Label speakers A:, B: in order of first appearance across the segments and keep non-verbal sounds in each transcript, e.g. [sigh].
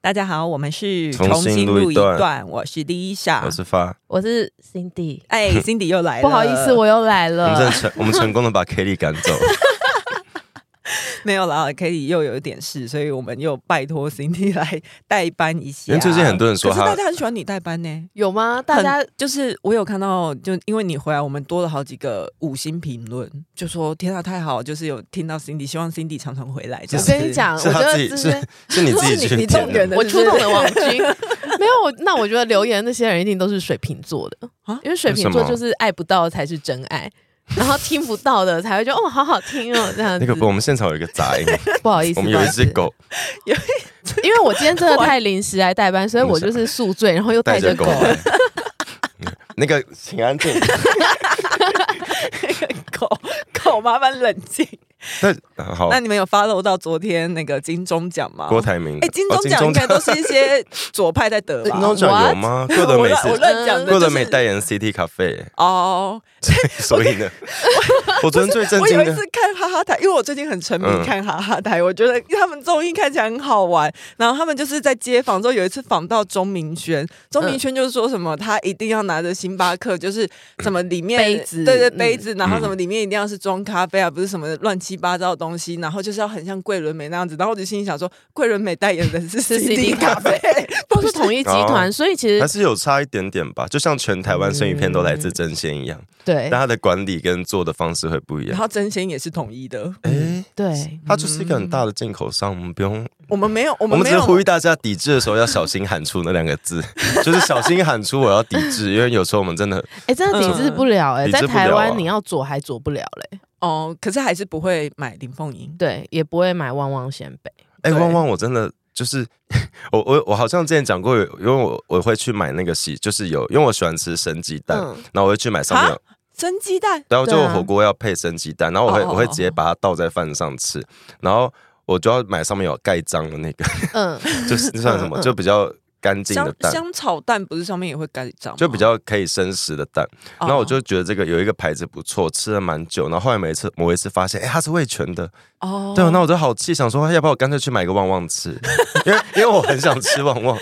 A: 大家好，我们是
B: 重
A: 重
B: 新
A: 新
B: 录
A: 录
B: 一
A: 一
B: 段
A: 段，我是 Lisa，
B: 我是发，
C: 我是 Cindy，
B: [laughs]
A: 哎，Cindy 又来了，
C: 不好意思，我又来
B: 我们
C: 了
B: 真。
A: [laughs]
B: 的成，我们成功的把 Kelly 赶走。
A: 没有了，Kitty 又有一点事，所以我们又拜托 Cindy 来代班一下。
B: 因为最近很多人说
A: 可是
B: 他
A: 大家很喜欢你代班呢。
C: 有吗？大家
A: 很就是我有看到，就因为你回来，我们多了好几个五星评论，就说天啊太好，就是有听到 Cindy，希望 Cindy 常常回来。这
C: 我
A: 样子
C: 跟
A: [laughs]
C: 你，讲，我
B: 是
C: 觉
B: 他
C: 得
B: 自己
C: 这
B: 是
C: 些
B: 是你自己
A: 你
B: 去
A: 你动
B: 填
A: 员的
C: 我
A: 是
C: 触
A: 不是
C: 动了王军。没有，我那我觉得留言那些人一定都是水瓶座的
A: 啊，
C: 因为水瓶座
B: 为什么
C: 就是爱不到才是真爱，然后听不到的才会觉得哦，好好听哦，这样
B: 那
C: 子。
B: 个不，我们现场有一个杂
A: [laughs]
B: 音，
C: 不好意思，
B: 我们有一只
C: 不好意
B: 狗
C: 思，因为我今天
B: [laughs]
C: 真的太临时来代班，所以我就是宿醉，然后又带
B: 带着
C: 着狗
B: 狗。来。 [laughs] 那个，请安
A: [laughs]
B: 静。
A: 狗狗麻烦冷静。
B: 那啊好
A: 那，你们有 follow 到昨天那个金钟奖吗？
B: 郭台铭。
A: 哎，金
B: 哦
A: 钟奖应该都是一些左派在得吧
B: [laughs] 金？钟奖有
C: What？
B: 吗？郭德
A: 我
B: 美
A: 乱我
B: 是
A: 乱讲的，
B: 郭
A: 就
B: 德
A: 是
B: 美代言 CT
A: [laughs]
B: 咖啡，
A: 哦。
B: [laughs] 所以呢，我昨天最震
A: 我
B: 惊
A: 有一
B: 的
A: 次看哈哈台，因为我最近很沉迷
B: 嗯
A: 看哈哈台，我觉得他们综艺看起来很好玩。然后他们就是在街访之后，有一次访到钟明轩，钟
B: 嗯
A: 明轩就是说什么他一定要拿着星巴克，就是什么里面
C: 杯子
A: 对对
C: 嗯
A: 杯子，然后什么里面一定要是装咖啡啊，不是什么乱七八糟的东西，然后就是要很像桂纶镁那样子。然后我就心里想说，桂纶镁代言人是 CD
C: CD
A: 咖啡，
C: 都是同一
B: [laughs]
C: 集团，所以其实
B: 还是有差一点点吧，就像全台湾生鱼片都来自真鲜一
A: 嗯
B: 样，
C: 对
B: 但它的管理跟做的方式会不一
A: [laughs] 然
B: 样。
A: 后真仙也是统一的。
B: 哎，
C: 对，
B: 它就是一个很大的进口商，我们不用
A: 嗯我们没有，我
B: 我
A: 们
B: 们
A: 没
B: 只是
A: 有
B: 呼吁大家抵制的时候要小心喊出那两个
A: [laughs]
B: 字，就是小心喊出我要抵制，因为有时候我们真的
C: 哎，真的抵制不了哎，
B: 嗯
C: 在
B: 抵制不了啊
C: 台湾你要左还左不了嘞，
A: 哦，可是还是不会买林凤营。
C: 对，也不会买旺旺仙贝。
B: 哎、
A: 对
B: 汪汪，我真的就是 [laughs] 我我我好像之前讲过，有因为我我会去买那个喜，就是有因为我喜欢吃生鸡蛋，
C: 嗯
B: 然后我会去买上面有，
A: 生鸡蛋，
B: 然后就
C: 对
B: 有
C: 啊
B: 火锅要配生鸡蛋，然后我会
A: 哦哦
B: 我会直接把它倒在饭上吃，然后我就要买上面有盖章的那个， [laughs]
C: [laughs] 嗯，
B: 就是算什么，就比较干净的
A: 嗯香
B: 蛋。
A: 香草蛋不是上面也会盖章吗，
B: 就比较可以生食的蛋，
A: 哦。
B: 然后我就觉得这个有一个牌子不错，吃了蛮久，然后后来每一次某一次发现，哎、它是味全的，
A: 哦，
B: 对，那我就好气，想说要不要我干脆去买个旺旺吃， [laughs] 因为因为我很想吃旺旺，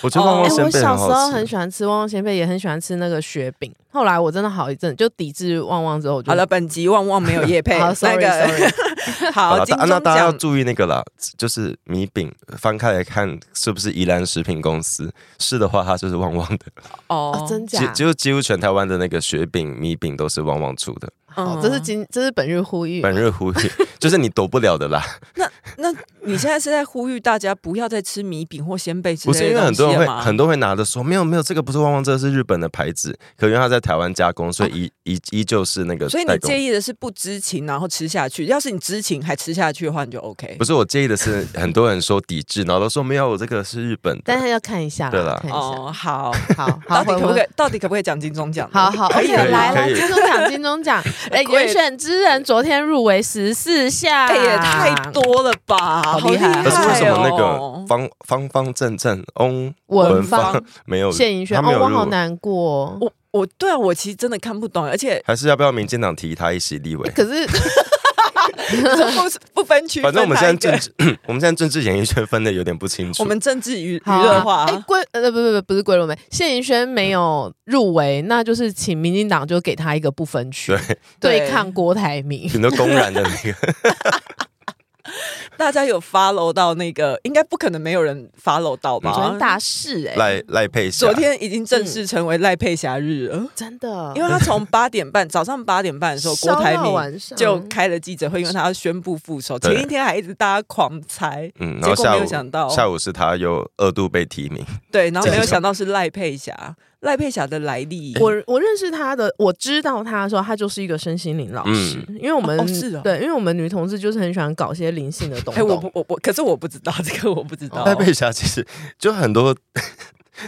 B: 我觉得旺
A: 哦
B: 旺
C: 哎、
B: 仙
C: 我
B: 贝
C: 小
B: 很
C: 时候
B: 好
C: 很
B: 吃。
C: 喜欢吃旺旺仙贝，也很喜欢吃那个雪饼。后来我真的好一阵就抵制旺旺之后，我就
A: 好了，，本集旺旺没有夜配，
C: [laughs] 好
A: 那
C: ，sorry
A: 个
C: sorry，
B: 好
A: [laughs] 好
B: 了，
A: 金
B: 大那
A: 钟
B: 大家要
A: 奖
B: 注意那个啦，就是米饼翻开来看是不是宜兰食品公司，是的话它就是旺旺的，
A: 哦
C: 哦，，真
B: 几
C: 假？
B: 就几乎全台湾的那个雪饼、米饼都是旺旺出的。
A: 嗯
C: 好，哦这是今这是本日呼吁，
B: 本日呼吁 [laughs] 就是你躲不了的啦，
A: 那你现在是在呼吁大家不要再吃米饼或鲜贝之
B: 不
A: 类的
B: 是因为很多
A: 东
B: 人
A: 西
B: 会
A: 了吗
B: 很多人会拿着说没有没有这个不是旺旺，这个是日本的牌子，可因为它在台湾加工，所以依依依旧是那个
A: 啊所以
B: 代
A: 你
B: 工
A: 介意的是不知情然后吃下去，要是你知情还吃下去的话，你就 OK
B: 不。是我介意的是，很多人说抵制，然后都说没有，我这个是日本
A: [laughs]
C: 但
A: 哎
B: 的。
C: 是要看一下啦，
B: 对啦
C: 看一下。
A: 哦，好， [laughs]
C: 好
A: 到
C: 好，
A: 底可不可
C: 回
B: [laughs]
C: 归
A: 以？到底可不可以讲金钟奖呢？
C: 好好
A: [laughs] 可以
C: ，OK，
B: 可以
C: 来
B: 可
C: 来，
B: 以
C: 金钟奖，金
A: [laughs]
C: 钟奖，哎，
A: 贵
C: 人选之人昨天入围十四项，
A: 哎也太，多了吧，
C: 啊好
A: 好
C: 厉害
A: 害
C: 啊
A: 哦！
B: 可是为什么那个方方方正正翁
C: 文
B: 芳
C: 芳、
B: 没有
C: 谢盈萱，
B: 他没
C: 哦，
B: 有
C: 我
B: 入
C: 好难过哦。
A: 我我对啊，我其实真的看不懂，而
C: [laughs]
A: 且
B: 还是要不要民进党提他一起立委？
A: 哎
C: 可是
A: 不不分区，
B: 反正我们
A: 分哪
B: 现
A: 一
B: 在
A: 个
B: 政治， [coughs] 我们现在政治演艺圈分的有点不清楚
A: 我。们政治娱娱
C: 好啊
A: 乐化。
C: 哎，归呃不不不不是归龙梅，谢盈萱没有入围，那就是请民进党就给他一个不分区
B: 对，
C: 对抗郭台铭。
B: 很多公然的
A: [laughs]
B: 那个，
A: 大家有 follow 到那个，应该不可能没有人 follow 到吧？
C: 昨天大事哎、
B: 赖赖佩霞，
A: 昨天已经正式成为赖佩霞日了，
C: 真的，
A: 因为他从八点半早上八点半的时候，郭台
C: 烧到
A: 铭
C: 晚上
A: 就开了记者会，因为他要宣布复仇。
B: 对
A: 前一天还一直大家狂猜，
B: 嗯，
A: 结
B: 然后
A: 果没
B: 下
A: 有想到
B: 午下午是他又二度被提名，
A: 对，然后没有
B: 这是
A: 想到是赖佩霞。赖佩霞的来历，
C: 我我认识他的，我知道他的时候，他就是一个身心灵老师，因为我们、
A: 哦是哦
C: 对，因为我们女同志就是很喜欢搞一些灵性的东
A: 哎、
C: 西。
A: 我不我我，可是我不知道这个，我不知
C: 哦
A: 道。
B: 赖佩霞其实就很多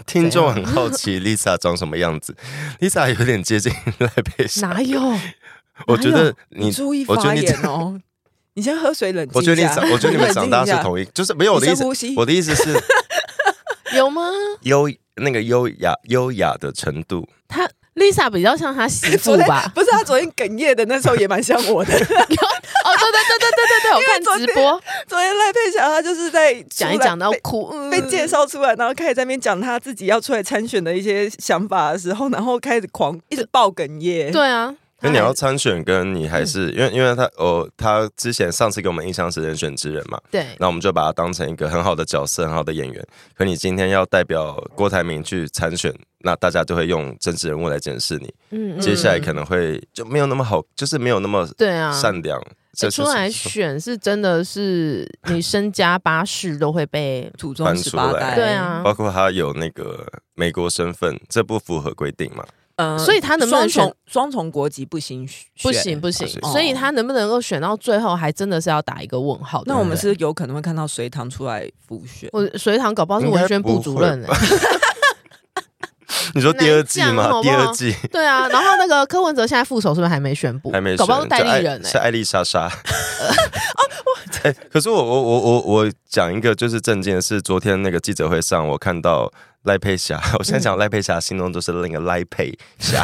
B: 听众很好奇 Lisa 长什么样子，Lisa 有点接近 [laughs] 赖佩霞，
C: 哪有？
B: 我觉
C: 哪
B: 得
C: 有
B: 你
A: 注意
B: 我觉得
A: 发
B: 你
A: 言哦。你先喝水冷静
B: 我
A: 一下。
B: 觉得
A: [laughs]
B: 你长，我觉得你们长大是同一，就是没有我的
A: 你
B: 意
A: 深
B: 思
A: 呼吸。
B: 我的意思是
C: 有吗？
B: 优那个优雅优雅的程度，
C: 他 Lisa 比较像他媳
A: 哎昨
C: 妇
A: 天 [laughs]
B: [laughs]
C: 吧？
A: 不是他昨天哽咽的那时候也蛮像我的，
C: 哦，对对对对对对，我看直播
A: [laughs] 昨天赖佩霞她就是在
C: 讲一
A: 出来
C: 讲到
A: 被
C: 哭，嗯
A: 被介绍出来，然后开始在那边讲她自己要出来参选的一些想法的时候，然后开始狂一直爆哽咽。，
C: 对啊，
B: 那你
C: 他
B: 要
C: 还
B: 参选，跟你还是因为因为他哦，他之前上次给我们印象是人选之人嘛，
C: 对
B: 那我们就把他当成一个很好的角色，很好的演员。可你今天要代表郭台铭去参选，那大家就会用政治人物来检视你，
C: 嗯嗯
B: 接下来
C: 嗯
B: 可能会就没有那么好，就是没有那么
C: 对啊，
B: 善良。这就
C: 欸
B: 是
C: 出来选是真
B: [laughs]
C: 的是你身家八世都会被
A: 祖宗十八
B: 搬出
A: 代，
B: 来
C: 对，啊，
B: 包括他有那个美国身份，这不符合规定嘛？
A: 嗯
C: 啊所以她能不
A: 双
C: 能选
A: 重双重国籍不行选？
C: 不行不行
B: 不行，
C: 所以他能不能够选到最后，还真的是要打一个问号。
A: 那我们
C: 对
A: 是有可能会看到隋唐出来复选。
C: 不对我隋唐搞不好是文宣部主任
B: 应
C: 欸呢、
B: 该你说第二季
C: 难讲
B: 吗？
C: 好不
B: 第
C: 好
B: 二季
C: [laughs] 对啊，然后那个柯文哲现在副手是不是还没宣布？
B: 还没选，
C: 搞不好是代
B: 就哎艾
C: 理人呢、欸
B: 是艾丽莎
C: [laughs]
B: 莎。哎，可是我我我我我讲一个就是证件是昨天那个记者会上，我看到赖佩霞，我
C: 嗯
B: 现在讲赖佩霞，心中就是那个赖佩霞。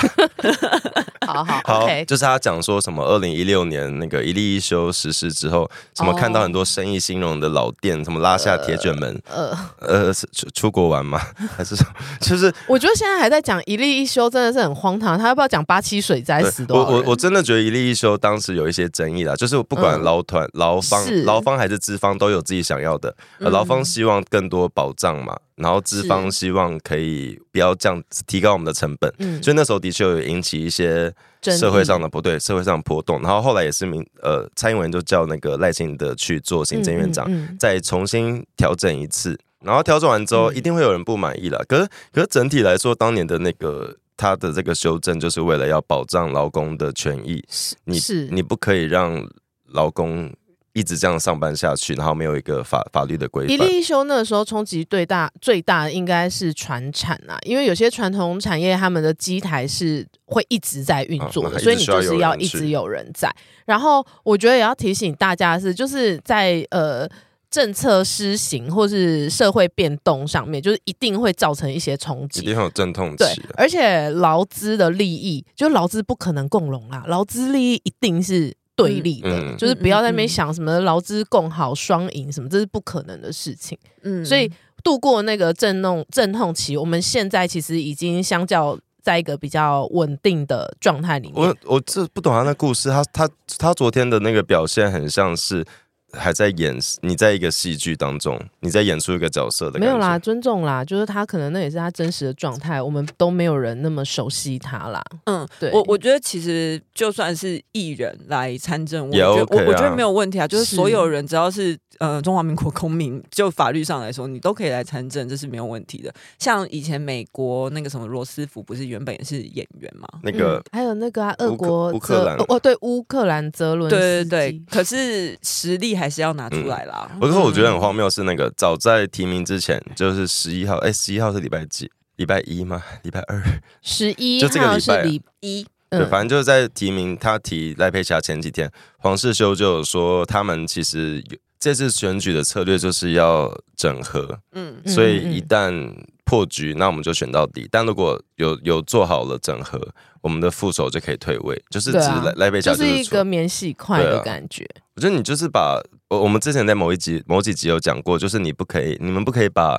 C: 好好
B: [laughs] 好
C: OK，
B: 就是他讲说什么二零一六年那个一例一休实施之后，什么
C: 哦
B: 看到很多生意兴隆的老店，什么拉下铁卷门，
C: 呃，
B: 呃，是出出国
C: [laughs]
B: 玩吗？还是什么？就是
C: 我觉得现在还在讲一例一休，真的是很荒唐。他要不要讲八七水灾
B: 对
C: 死多
B: 我
C: 少
B: 我
C: 人？
B: 我真的觉得一例一休当时有一些争议啦，就是不管
C: 嗯
B: 劳团、劳方
C: 是、嗯
B: 劳方还是资方都有自己想要的，呃劳、方希望更多保障嘛，然后资方希
C: 是
B: 望可以不要降，提高我们的成本。
C: 嗯
B: 所以那时候的确有引起一些
C: 争议
B: 社会上的不对，社会上的波动。然后后来也是民呃，蔡英文就叫那个赖清德去做行政院长，
C: 嗯嗯嗯
B: 再重新调整一次。然后调整完之后，
C: 嗯
B: 一定会有人不满意了。可是可是整体来说，当年的那个他的这个修正，就是为了要保障劳工的权益。你
C: 是
B: 你不可以让劳工一直这样上班下去，然后没有一个法法律的规
C: 一
B: 范。
C: 例一休那个时候冲击最大最大的应该是船产啊，因为有些传统产业他们的机台是会一直在运作
B: 嗯
C: 的，
B: 那
C: 所以你就
B: 一直需要
C: 是
B: 有
C: 要
B: 人
C: 一直
B: 去
C: 有人在。然后我觉得也要提醒大家的是，就是在呃。政策施行或是社会变动上面，就是一定会造成一些冲
B: 一
C: 击。
B: 定会有阵痛期
C: 对，
B: 的，
C: 而且劳资的利益，就劳资不可能共荣啦，劳资利益一定是对立的，
B: 嗯嗯
C: 就是不要
A: 嗯
C: 在那
A: 嗯嗯
C: 边想什么劳资共好、双赢什么，这是不可能的事情。
A: 嗯
C: 所以度过那个阵痛阵痛期，我们现在其实已经相较在一个比较稳定的状态里面
B: 我。我这不懂他那故事，他他他昨天的那个表现很像是还在演你在一个戏剧当中，你在演出一个角色的感觉
C: 没有啦，，尊重啦，就是他可能那也是他真实的状态，我们都没有人那么熟悉他啦。
A: 嗯，
C: 对
A: 我我觉得其实就算是艺人来参政，我
B: 也
A: 觉得、
B: OK 啊
A: 我我觉得没有问题啊，就是
C: 是
A: 所有人只要是呃中华民国公民，就法律上来说，你都可以来参政，这是没有问题的。像以前美国那个什么罗斯福，不是原本也是演员吗？
B: 那个
C: 嗯、还有那个啊，俄
B: 乌克
C: 国
B: 乌克
C: 泽
B: 兰
C: 哦，对，乌克兰泽伦
A: 对对
C: 斯基，
A: 对，可是实力还是要拿出来啦。
B: 嗯我说我觉得很荒谬是那个早在提名之前，就是十一号，哎，十一号是礼拜几？礼拜一吗？礼拜二？
C: 十一
B: 就这个
C: 号
B: 礼拜啊
C: 是礼一，
B: 对，
C: 嗯，
B: 反正就是在提名他提赖佩霞前几天，黄世修就有说他们其实有这次选举的策略就是要整合，
A: 嗯
C: 嗯
B: 所以一旦破局，那我们就选到底。但如果有有做好了整合，我们的副手就可以退位，就是指
C: 对啊
B: 赖赖贝
C: 就
B: 乔
C: 是一
B: 出
C: 个。免洗块
B: 对
C: 的
B: 啊
C: 感觉。
B: 我觉得你就是把我我们之前在某一集某几集有讲过，就是你不可以，你们不可以把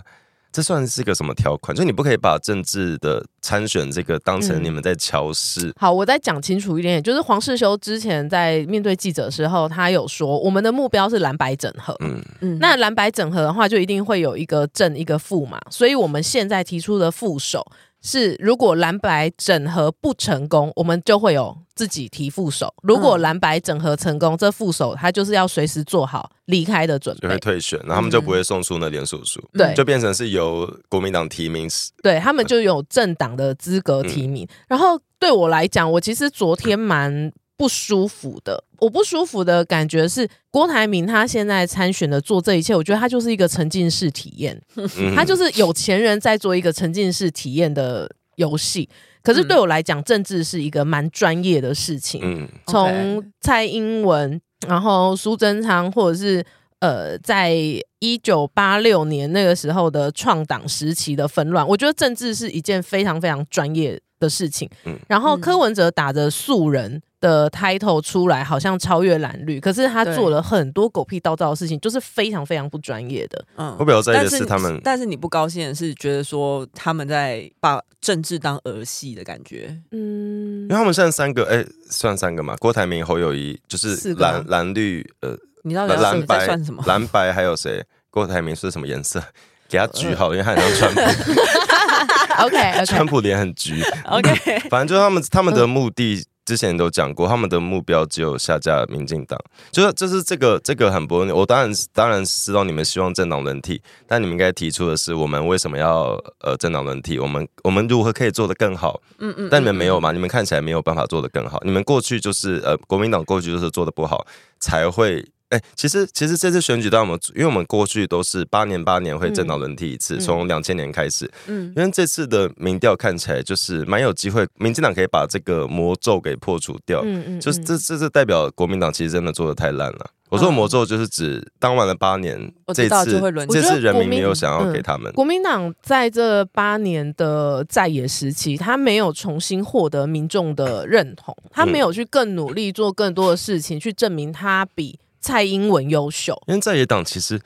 B: 这算是个什么条款？就你不可以把政治的参选这个当成
C: 嗯
B: 你们在乔事。
C: 好，我再讲清楚一点，就是黄世修之前在面对记者的时候，他有说我们的目标是蓝白整合。
B: 嗯，
A: 嗯
C: 那蓝白整合的话，就一定会有一个正一个负嘛，所以我们现在提出的副手是，如果蓝白整合不成功，我们就会有自己提副手；如果
A: 嗯
C: 蓝白整合成功，这副手他就是要随时做好离开的准
B: 就会
C: 备。
B: 退选，然后他们就不会送出那联署书，
C: 嗯对
B: 就变成是由国民党提
C: [laughs]
B: 名时
C: 对他们就有政党的资
B: 嗯
C: 格提名。然后对我来讲，我其实昨天蛮不舒服的。我不舒服的感觉是，郭台铭他现在参选的做这一切，我觉得他就是一个沉浸式体验，
B: 嗯
C: 他就是有钱人在做一个沉浸式体验的游戏。可是对我来讲，政治是一个蛮专业的事情。
B: 嗯，
C: 从蔡英文，然后苏贞昌，或者是呃，在一九八六年那个时候的创党时期的纷乱，我觉得政治是一件非常非常专业的事情。
B: 嗯
C: 然后
A: 嗯
C: 柯文哲打着素人的 title 出来，好像超越蓝绿，可是他
A: 对
C: 做了很多狗屁叨叨的事情，就是非常非常不专业的。
A: 嗯
B: 我比较在意
A: 但
B: 的
A: 是
B: 是他们
A: 但是你不高兴的是觉得说他们在把政治当儿戏的感觉，
C: 嗯
B: 因
C: [laughs]
B: 为，他们现在三个，哎、算三个嘛，郭台铭、侯友谊，就是
C: 四
A: 啊
C: 个吗
B: 蓝蓝绿，呃，
A: 你到底要
B: 蓝蓝
A: 哦在在
B: 白
A: 算什么？
B: 蓝白还有谁？郭台铭是什么颜色？ [laughs] 给他橘好了，因为他很像川
A: [laughs]
B: 普，
C: OK
B: 川
C: OK，
B: 普脸很橘。
A: OK，
B: [laughs]
A: 嗯
B: 反正就是他们他们的目的，之前都讲过，他们的目标只有下架民进党，就是就是这个这个很不容易。我当然当然知道你们希望政党轮替，但你们应该提出的是，我们为什么要呃政党轮替？我们我们如何可以做得更好？
A: 嗯嗯，
B: 但你们没有嘛？你们看起来没有办法做得更好。你们过去就是呃，国民党过去就是做得不好，才会。哎、其实其实这次选举，当然我们因为我们过去都是八年八年会政党轮替一次，
C: 嗯
B: 从两千年开始，
A: 嗯，
B: 因为这次的民调看起来就是蛮有机会，民进党可以把这个魔咒给破除掉。
C: 嗯嗯
B: 就是
C: 嗯
B: 这这是代表国民党其实真的做的太烂了。我说魔咒就是指当完了八年，
A: 我
B: 这
A: 知道
B: 次
A: 就会轮
B: 这
C: 哦我觉
B: 次
C: 得
B: 人民
C: 国民
B: 没有想要
C: 嗯
B: 给他们。
C: 国民党在这八年的在野时期，他没有重新获得民众的认同，他没有去更努力做更多的事情，去证明他比蔡英文优秀。
B: 因为在野党其实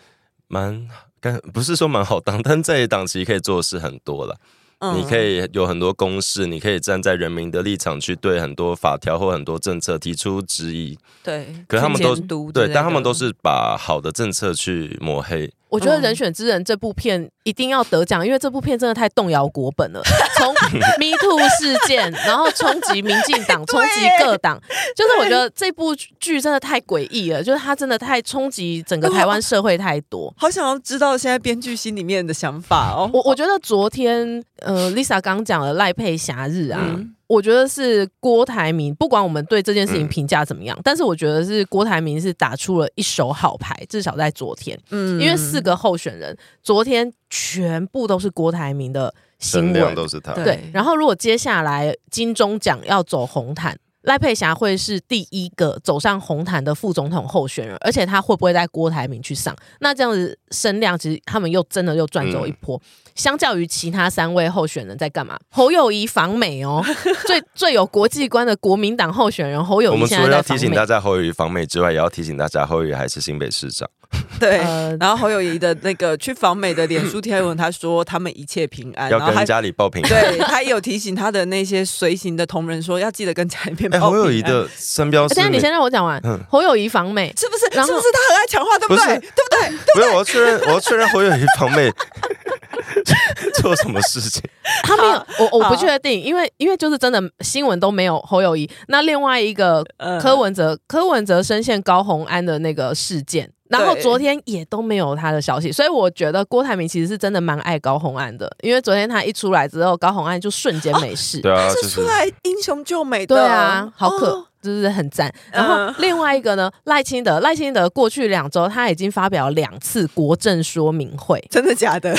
B: 蛮干，不是说蛮好当，但在野党其实可以做的事很多了。
A: 嗯
B: 你可以有很多公式，你可以站在人民的立场去对很多法条或很多政策提出质疑。
A: 对，
B: 可是他们都
A: 监督之
B: 对，
A: 类
B: 但他们
A: 的
B: 都是把好的政策去抹黑。
C: 我觉得《
A: 嗯
C: 人选之人》这部片一定要得奖，因为这部片真的太动摇国本了。从 Me Too 事件，然后冲击民进党，冲击各党，就是我觉得这部剧真的太诡异了，就是它真的太冲击整个台湾社会太多。
A: 好想要知道现在编剧心里面的想法哦。
C: 我我觉得昨天呃，Lisa 刚讲了赖佩霞日啊，
A: 嗯
C: 我觉得是郭台铭，不管我们对这件事情评价怎么样，但是我觉得是郭台铭是打出了一手好牌，至少在昨天，
A: 嗯
C: 因为四个候选人昨天全部都是郭台铭的新闻，
B: 是他
A: 对
C: 对。然后如果接下来金钟奖要走红毯。赖佩霞会是第一个走上红毯的副总统候选人，而且他会不会带郭台铭去上？那这样子声量，其实他们又真的又赚走一波。
B: 嗯
C: 相较于其他三位候选人在干嘛？侯友谊访美哦，最最有国际观的国民党候选人侯友
B: 我
C: 谊
B: 们除
C: 现在
B: 了
C: 在
B: 要
C: 访
B: 提
C: 美
B: 醒。大家侯友宜访美之外，也要提醒大家侯友宜还是新北市长。
A: [laughs] 对，
B: 哎
C: 呃
A: 然后侯友谊的那个去访美的脸书贴文，他说他们一切平安，
B: 要
A: 哎然后
B: 跟
A: 还
B: 家里报平安。
A: 对他也有提醒他的那些随行的同仁说，要记得跟家里面
B: 哎，
A: 报啊
B: 侯
A: 平安。哎
B: 友宜的身标是
C: 等一下你先让我讲完。
B: 嗯
C: 侯友谊访美，
A: 是不是？
C: 然后
A: 是不是他很爱讲话，对
B: 不
A: 不
B: 是
A: 对？对不对？
B: 不是我要确认，我要确认侯友宜访美 [laughs] 做什么事情。
C: 他没有，我我
A: 好
C: 不确定，因为因为就是真的新闻都没有侯友谊。那另外一个
A: 嗯
C: 柯文哲，柯文哲深陷高红安的那个事件，然后
A: 对
C: 昨天也都没有他的消息，所以我觉得郭台铭其实是真的蛮爱高红安的，因为昨天他一出来之后，高红安就瞬间没事。
B: 对啊，
A: 他
B: 就是是
A: 出来英雄救美的，
C: 对啊，好可。
A: 哦
C: 就是很赞，然后
A: 嗯
C: 另外一个呢，赖清德，赖清德过去两周他已经发表两次国政说明会，
A: 真的假的？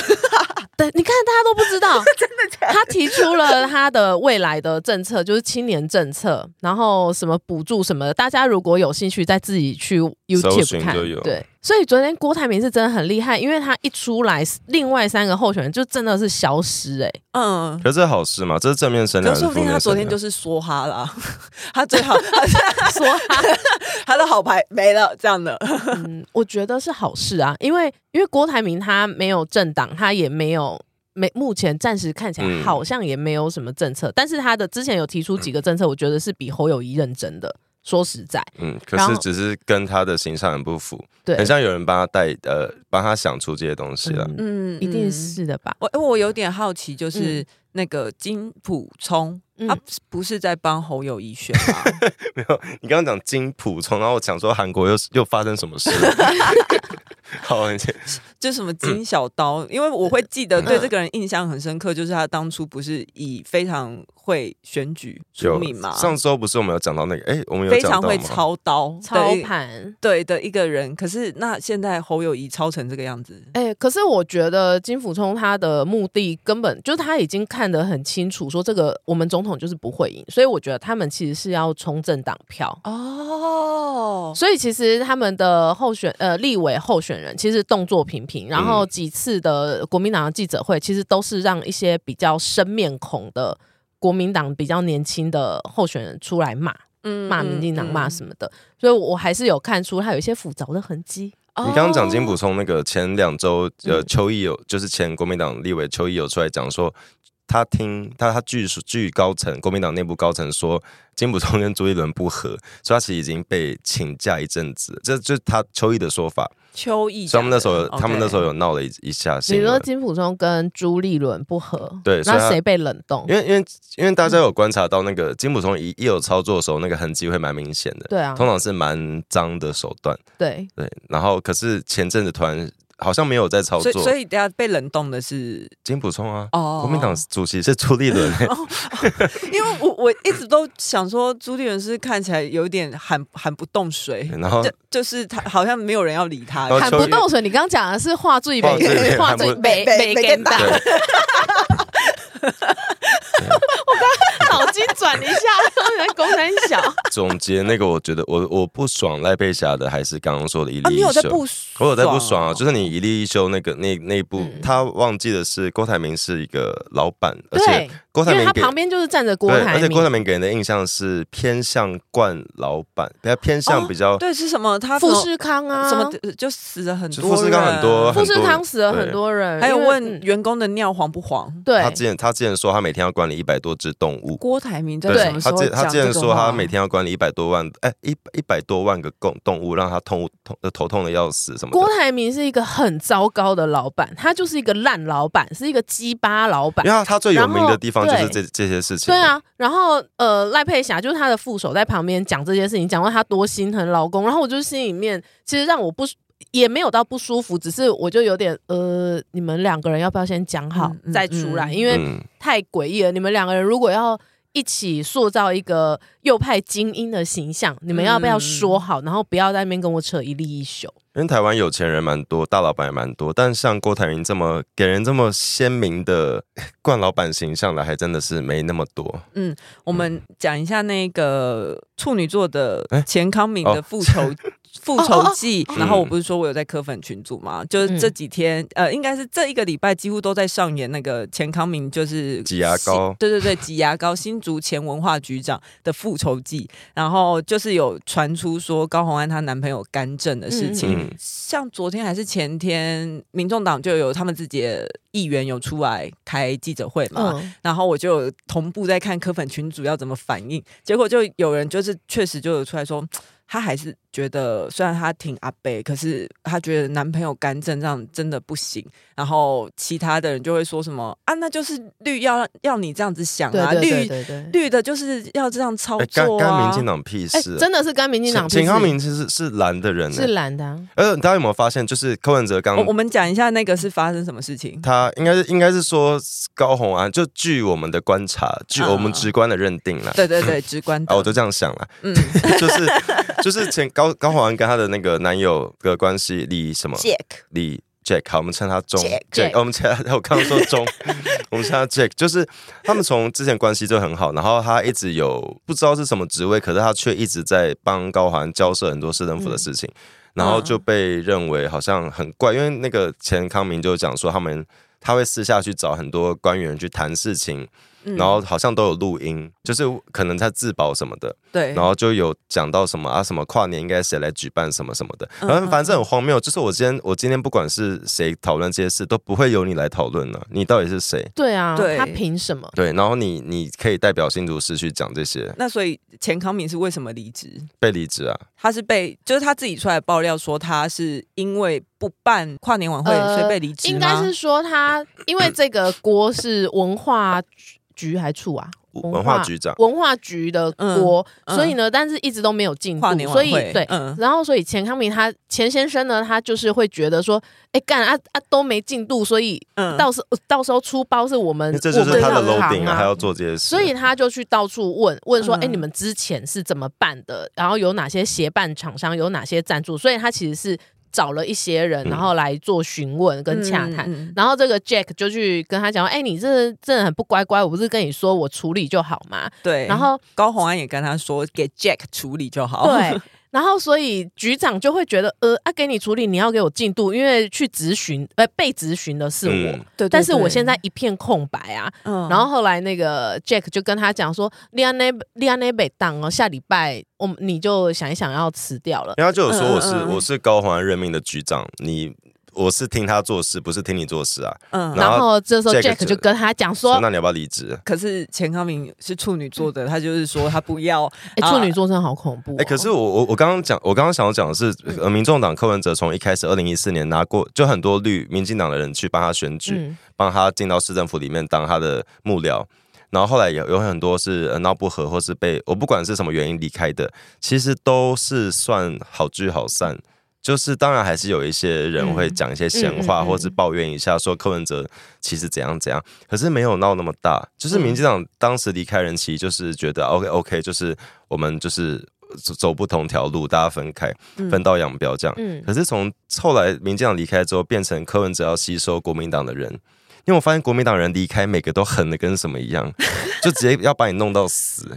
C: 对，你看大家都不
B: [laughs]
C: 知道，真的假的？他提出了他的未来的政策，就是青年政策，然后什么补助什么的，大家如果有兴趣，再自己去
B: 搜寻
C: YouTube 看
B: 就有。
C: 对，所以昨天郭台铭是真的很厉害，因为他一出来，另外三个候选人就真的是消失、欸，
A: 嗯。
B: 可是这是好事嘛？这是正面声
A: 可
B: 量
A: 是
B: 还
A: 说
B: 是
A: 不
B: 负
A: 定他
B: 面声量？
A: 昨天就是说哈啦， [laughs] 他最好
C: 哎，说他
A: 他的好牌没了这样的。
C: 嗯， [laughs] 我觉得是好事啊，因为因为郭台铭他没有政党，他也没有没目前暂时看起来
B: 嗯
C: 好像也没有什么政策，但是他的之前有提出几个政策，我觉得是比侯友谊认真的。说实在，
B: 嗯，可
C: 然
B: 是
C: 后
B: 只是跟他的形象很不符，
C: 对，
B: 很像啊有人帮他带呃帮他想出这些东西了。
C: 嗯
A: 嗯
C: 一定是的吧？
A: 我我有点好奇，就是
C: 嗯
A: 那个金普聪，
C: 嗯
A: 他不是在帮侯友谊选
C: [laughs]
A: 吗？
B: 没有，你刚刚讲金普聪，然后我想说韩国又又发生什
A: [laughs]
B: 么事？好，你先
A: 就什么金小刀，因为我会记得对这个人印象很深刻，就是他当初不是以非常会选举出
B: 有
A: 名嘛，
B: 上周不是我们有讲到那个？哎，我们有
A: 非
B: 讲到
A: 常
B: 吗？
A: 会操刀
C: 操
A: 的一
C: 盘。
A: 对的一个人。可是那现在侯友谊操成这个样子，
C: 哎、可是我觉得金辅聪他的目的根本就是他已经看得很清楚，说这个我们总统就是不会赢，所以我觉得他们其实是要冲政党票。
A: 哦，
C: 所以其实他们的候选呃立委候选人其实动作频频，然
B: 嗯
C: 后几次的国民党的记者会，其实都是让一些比较生面孔的国民党比较年轻的候选人出来骂。
A: 嗯
C: 骂民进党骂什么的，所以我还是有看出他有一些复杂的痕迹。
A: 么
B: 你刚刚讲
A: 哦
B: 金补充那个前两周，呃，
C: 嗯
B: 邱毅有就是前国民党立委邱毅有出来讲说，他听他他据说据高层国民党内部高层说，金补充跟朱一伦不和，所以他其实已经被请假一阵子，这就是他邱毅的说法。
A: 秋意
B: 所以他
A: 讲
B: 们
A: 的，
B: 那时候有他们那时候
A: 有
B: 有闹了一一下
C: 比
B: 新
C: 如
B: 闻
C: 说。金溥聪跟朱立伦不和，
B: 对所以
C: 那
B: 他
C: 谁被冷冻
B: 因？为因为因为大家有观察到那个金普聪一一有操作的时候，那个痕迹会蛮明显的，
C: 对啊，
B: 通常是蛮脏的手段。
C: 对，
B: 对，然后可是前阵子突然好像没有在操
A: 所以所
B: 作，
A: 以等下被冷冻的是
B: 金普聪啊，
A: 哦，
B: 国民党主席是朱立
A: [laughs]
B: 伦、
A: 因为我我一直都想说朱立伦是看起来有点喊喊不动水，
B: 然后
A: 就就是他好像没有人要理他。
B: 嗯然后
C: 喊
B: 邱
C: 不
B: 毅
C: 动水。你刚刚讲的是画最
B: 画最美
C: [laughs] 美，画最
B: 喊不
C: 美美根大，
B: 对
C: [laughs] 脑筋转一下， [laughs] 然后公山小。
B: 总结那个，我觉得我我不爽赖佩霞的，还是刚刚说的一
A: 啊，你
B: 例
A: 有
B: 一
A: 在
B: 休。
A: 不爽？哦
B: 我有在不爽啊，就是是你一例一休那个那那一部，
C: 嗯
B: 他忘记的是郭台铭是一个老板，而且
C: 对，
B: [laughs] 郭台
C: 因为
B: 铭
C: 他
B: 给
C: 旁边就是站着郭
B: 对，
C: 台
B: 而且
C: 铭，
B: 郭台铭给人的印象是偏向惯老板，比较偏向
A: 哦
B: 比较，
A: 对是什么？他
C: 富
A: 什么
C: 士康啊，
A: 什么就死了很
B: 就
A: 多人，
B: 富士康很多
C: 富士康死了很多人，
A: 还有
C: 因为
A: 问
C: 嗯
A: 员工的尿黄不黄？
C: 对
B: 他之前他之前说他每天要管理一百多只动物，
A: 郭台铭在
C: 对
A: 什么时
B: 他
A: 候
B: 之
A: 讲
B: 他之前
A: 这个
B: 说他
A: 话
B: 每天要管理一百多万，哎一一百多万个动动物，让他痛痛头痛的要死什么
C: 郭
B: 的。
C: 台铭是一个很糟糕的老板，他就是一个烂老板，是一个鸡巴老板
B: 因为。他他最有名
C: 然
B: 的
C: 后
B: 地方就是这
C: 对
B: 这些事情。
C: 对，啊，然后呃，赖佩霞就是她的副手在旁边讲这些事情，讲到她多心疼老公，然后我就心里面其实让我不也没有到不舒服，只是我就有点呃，你们两个人要不要先讲好、
A: 嗯嗯
C: 再出来，
A: 嗯
C: 因为
B: 嗯，
C: 太诡异了。你们两个人如果要一起塑造一个右派精英的形象，你们要
A: 嗯
C: 不要说好，然后不要在那边跟我扯一立一宿？
B: 因为台湾有钱人蛮多，大老板也蛮多，但像郭台铭这么给人这么鲜明的惯老板形象的，还真的是没那么多。
A: 我们讲一下那个处女座的
B: 嗯哎
A: 钱康敏
B: 哦
A: 的复
B: [laughs]
A: 仇。复仇记，
B: 哦
A: 然后我
B: 嗯
A: 不是说我有在科粉群组嘛，就是这几天，呃，应该是这一个礼拜几乎都在上演那个钱康明就是
B: 挤牙膏
A: 新对对对，挤牙膏，新竹前文化局长的复仇记，然后就是有传出说高虹安她男朋友干政的事情，
B: 嗯，
A: 像昨天还是前天，民众党就有他们自己的议员有出来开记者会嘛，
C: 嗯，
A: 然后我就有同步在看科粉群主要怎么反应，结果就有人就是确实就有出来说，她还是觉得虽然她挺阿北，可是她觉得男朋友干政这样真的不行。然后其他的人就会说什么啊，那就是绿要要你这样子想
C: 对
A: 啊，
C: 嗯对对
A: 绿
C: 对对
A: 绿的就是要这样操
B: 哎，干
A: 作
B: 干民
A: 啊。
B: 进党屁
C: 哎、
B: 事啊！
C: 真的是跟民进党
B: 秦
C: 屁事
B: 康明其实是蓝的人、
C: 是
B: 欸，
C: 蓝的啊、
B: 而且大家有没有发现，就是柯文哲刚
A: 我我们讲一下那个是发生什么事
B: [laughs]
A: 情。
B: 他应该是应该是说高红安，就据我们的观察，据
C: 啊
A: 嗯
B: 我们直观的认定啦，
A: 对对 [laughs] 对，直观的。
B: 啊，我就这样想了，
A: 嗯，
B: [laughs] 就是就是前高高红安跟她的那个男友的关系，李什么
A: Jack
B: 李 Jack，好，我们称他钟
A: Jack
B: Jack，哦我们称他 [laughs] 我刚刚说钟，我们称他 Jack，就是他们从之前关系就很好，然后他一直有不知道是什么职位，可是他却一直在帮高环交涉很多市政府
A: 嗯
B: 的事情，然后就被认为好像很怪，因为那个钱康明就讲说他们。他会私下去找很多官员去谈事情，
A: 嗯
B: 然后好像都有录音，就是可能在自保什么的。
A: 对，
B: 然后就有讲到什么啊，什么跨年应该谁来举办什么什么的，
A: 嗯
B: 反正反正很荒谬。就是我今天我今天不管是谁讨论这些事，都不会由你来讨论了，你到底是谁？
C: 对啊，
A: 对
C: 他凭什么？
B: 对，然后你你可以代表新竹市去讲这些
A: 那所以钱康敏是为什么离职？
B: 被离职啊，
A: 他是被，就是他自己出来爆料说，他是因为不办跨年晚会，
C: 呃
A: 所以被离职吗
C: 应该是说他，因为这个锅是文化局局还处啊，
B: 文化局长
C: 文化局的锅，
A: 嗯嗯
C: 所以呢，但是一直都没有进
A: 跨年
C: 步，
A: 晚
C: 所
A: 会，
C: 以对。
A: 嗯，
C: 然后，所以钱康明他钱先生呢，他就是会觉得说，哎干啊啊都没进度，所以
A: 嗯
C: 到时候、到时候出包是我们
B: 因为这就是
C: 我们
B: 他的
C: 行
B: loading 啊，
C: 啊
B: 他要做这些事。
C: 所以他就去到处问问说：“
A: 嗯
C: 哎、你们之前是怎么办的？然后有哪些协办厂商，有哪些赞助？”所以他其实是找了一些人，
B: 嗯
C: 然后来做询问跟洽谈。
A: 嗯嗯
C: 然后这个 Jack 就去跟他讲说：“哎、你这真的很不乖乖，我不是跟你说我处理就好吗？”
A: 对，
C: 然后
B: 哦
A: 高红安也跟他说，给 Jack 处理就好。
C: 对，然后所以局长就会觉得，呃，啊，给你处理，你要给我进度，因为去咨询，呃，被咨询的是我，
B: 嗯
A: 对，对
C: 但是我
A: 对
C: 现在一片空白啊。
A: 嗯
C: 然后后来那个 Jack 就跟他讲说，利安内利安内北当哦，下礼拜我们你就想一想要辞掉了。
B: 因为他就有说我是、
A: 嗯嗯嗯
B: 我是高环任命的局长，你我是听他做事，不是听你做事啊。
A: 嗯，
B: 然
C: 然
B: 后
C: 后这时候
B: Jack
C: Jack 就跟他讲
B: 说
C: 说，
B: 那你要不要离职？
A: 可是钱康明是处女座的，他就是说他不要，啊
C: 哎，处女座真的好恐怖哦。
B: 哎、可是我我我刚刚讲，我刚刚想要讲的是，呃，民众党柯文哲从一开始二零一四年拿过，就很多绿民进党的人去帮他选举，
C: 嗯，
B: 帮他进到市政府里面当他的幕僚，然后后来有有很多是呃闹不和或是被我不管是什么原因离开的，其实都是算好聚好散。就是当然还是有一些人会讲一些闲话，
C: 嗯嗯嗯
B: 或是抱怨一下说柯文哲其实怎样怎样，可是没有闹那么大。就是民进党当时离开人，其实就是觉得哦 OK OK，就是我们就是走走不同条路，大家分开
A: 嗯
B: 分道扬镳这样。
C: 嗯
B: 可是从后来民进党离开之后，变成柯文哲要吸收国民党的人，因为我发现国民党人离开，每个都狠的跟什么一样，就直接要把你弄到死。 [laughs]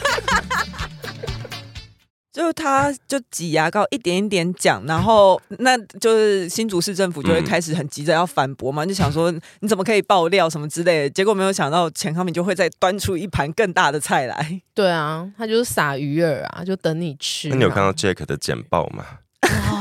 A: 就他就挤牙膏一点一点讲，然后那就是新竹市政府就会开始很急着要反驳嘛，就想说你怎么可以爆料什么之类的。结果没有想到钱康明就会再端出一盘更大的菜来，
C: 对啊，他就是撒鱼饵啊，就等你吃啊。
B: 那你有看到 Jack 的简报吗？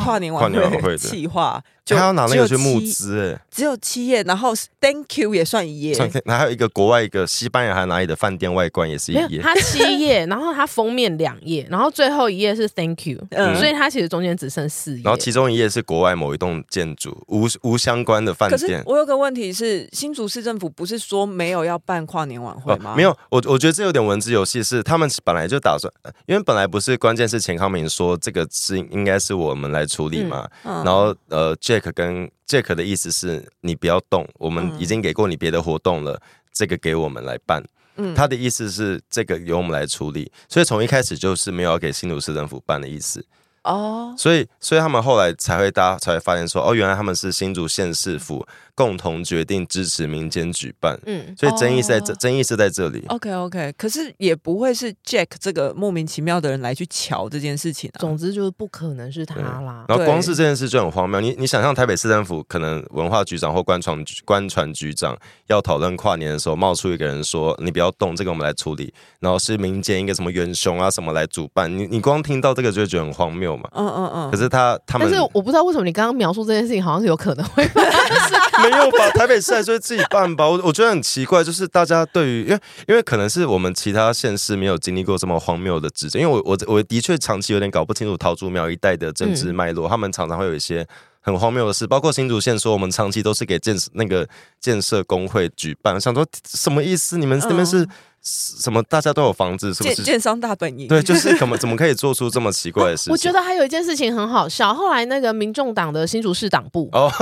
A: 跨年晚
B: 跨年晚会
A: 会
B: 的
A: 企划，就
B: 他哦要拿那个去募
A: 只有七，
B: 资、哎
A: 只有七页，然后 Thank you 也算一页，
B: 上天，还有一个国外一个西班牙还哪里的饭店外观也是一
C: 没有，
B: 页，
C: 它七页，然后它封面两页，然后最后一页是
B: [laughs]
C: Thank you，、
A: 嗯
C: 所以它其实中间只剩四页。
B: 然后其中一页是国外某一栋建筑无无相关的饭
A: 可是
B: 店。
A: 我有个问题是，新竹市政府不是说没有要办跨年晚会吗？
B: 哦没有，我我觉得这有点文字游戏，是他们本来就打算，呃因为本来不是关键是钱康明说这个是应该是我们来处理嘛，
A: 嗯，
B: 然后呃，Jack 跟 Jack 的意思是你不要动，我们已经给过你别的活动了，这个给我们来办。
A: 嗯
B: 他的意思是这个由我们来处理，所以从一开始就是没有要给新竹市政府办的意思，
A: 哦，
B: 所以所以他们后来才会大家才会发现说，哦，原来他们是新竹县市府共同决定支持民间举办，
C: 嗯，
B: 所以争议是在这、
A: 哦
B: 争议是在这里。
A: OK OK，可是也不会是 Jack 这个莫名其妙的人来去瞧这件事情啊。
C: 总之就是不可能是他啦。
B: 然后
A: 对
B: 光是这件事就很荒谬。你你想象台北市政府可能文化局长或官船局官船局长要讨论跨年的时候，冒出一个人说：“你不要动，这个我们来处理。”然后是民间一个什么元凶啊什么来主办。你你光听到这个就会觉得很荒谬嘛。
A: 嗯嗯嗯，
B: 可是他他
C: 但
B: 们
C: 是我不知道为什么你刚刚描述这件事情，好像是有可能会发生。
B: [laughs] 没有
C: [laughs]
B: 吧？台北市还是会自己办吧？我我觉得很奇怪，就是大家对于因为因为可能是我们其他县市没有经历过这么荒谬的执政，因为我我我的确长期有点搞不清楚桃竹苗一带的政治脉络，他们常常会有一些。很荒谬的事，包括新竹县说我们长期都是给建设那个建设工会举办，想说什么意思？你
C: 嗯
B: 们那边是、什么？大家都有房子，是不
A: 建
B: 是？
A: 建商大本营，
B: 对，
C: [laughs]
B: 就是怎么怎么可以做出这么奇怪的事情？
C: 我觉得还有一件事情很好笑，后来那个民众党的新竹市党部，
B: 哦，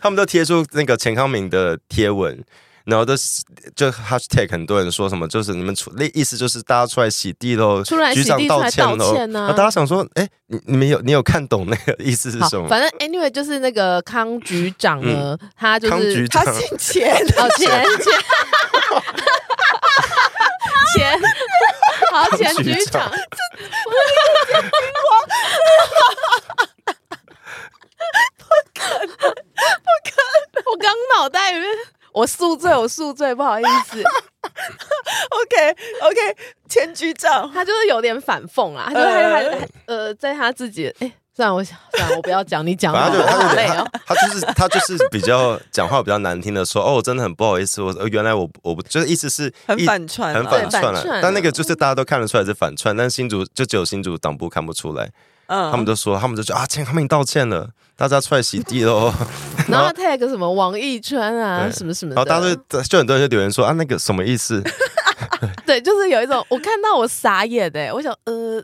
B: 他们都贴出那个钱康明的贴文，然后都是就 hashtag 很多人说什么，就是你们出那意思就是大家出来洗地喽，
C: 出来洗
B: 局
C: 地
B: 长
C: 出来
B: 歉
C: 道
B: 喽。
C: 歉啊
B: 那大家想说，哎，你你们有你有看懂那个意思是
C: 好
B: 什，么？
C: [laughs] 反正 anyway 就是那个康局长呢，他就
B: 康局
C: 是
A: 他
B: 长
A: 姓钱，
C: 哦钱钱 [laughs] 钱，好钱
B: 局
C: 局
B: 长
C: 长， [laughs] 我刚脑袋里面，我宿醉，我宿醉，不好意思。
A: OK OK，钱局长，
C: 他就是有点反讽啊，他就是他他呃，在他自己哎，算了，我想算了，我不要讲，你讲
B: 反
C: 吧，
B: 正他就
C: 我
B: 他
C: 好
B: 就
C: 累哦。
B: 他就是他就是比较讲话比较难听的说，哦，真的很不好意思，我呃原来我我不就是意思是
A: 很
B: 一
A: 反串啊，
B: 很反
C: 对
B: 串了、
C: 反串啊
B: 但那个就是大家都看得出来是反串，但新竹就只有新竹党部看不出来，
A: 嗯
B: 他们都说他们就说啊，钱康明道歉了，大家出来洗地喽。
C: 然后 tag 什么王一川啊，
B: 对
C: 什么什么
B: 然后
C: 的，
B: 大家就就很多人就留言说啊，那个什么意思？
C: [laughs] 对，就是有一种我看到我傻眼哎、我想呃，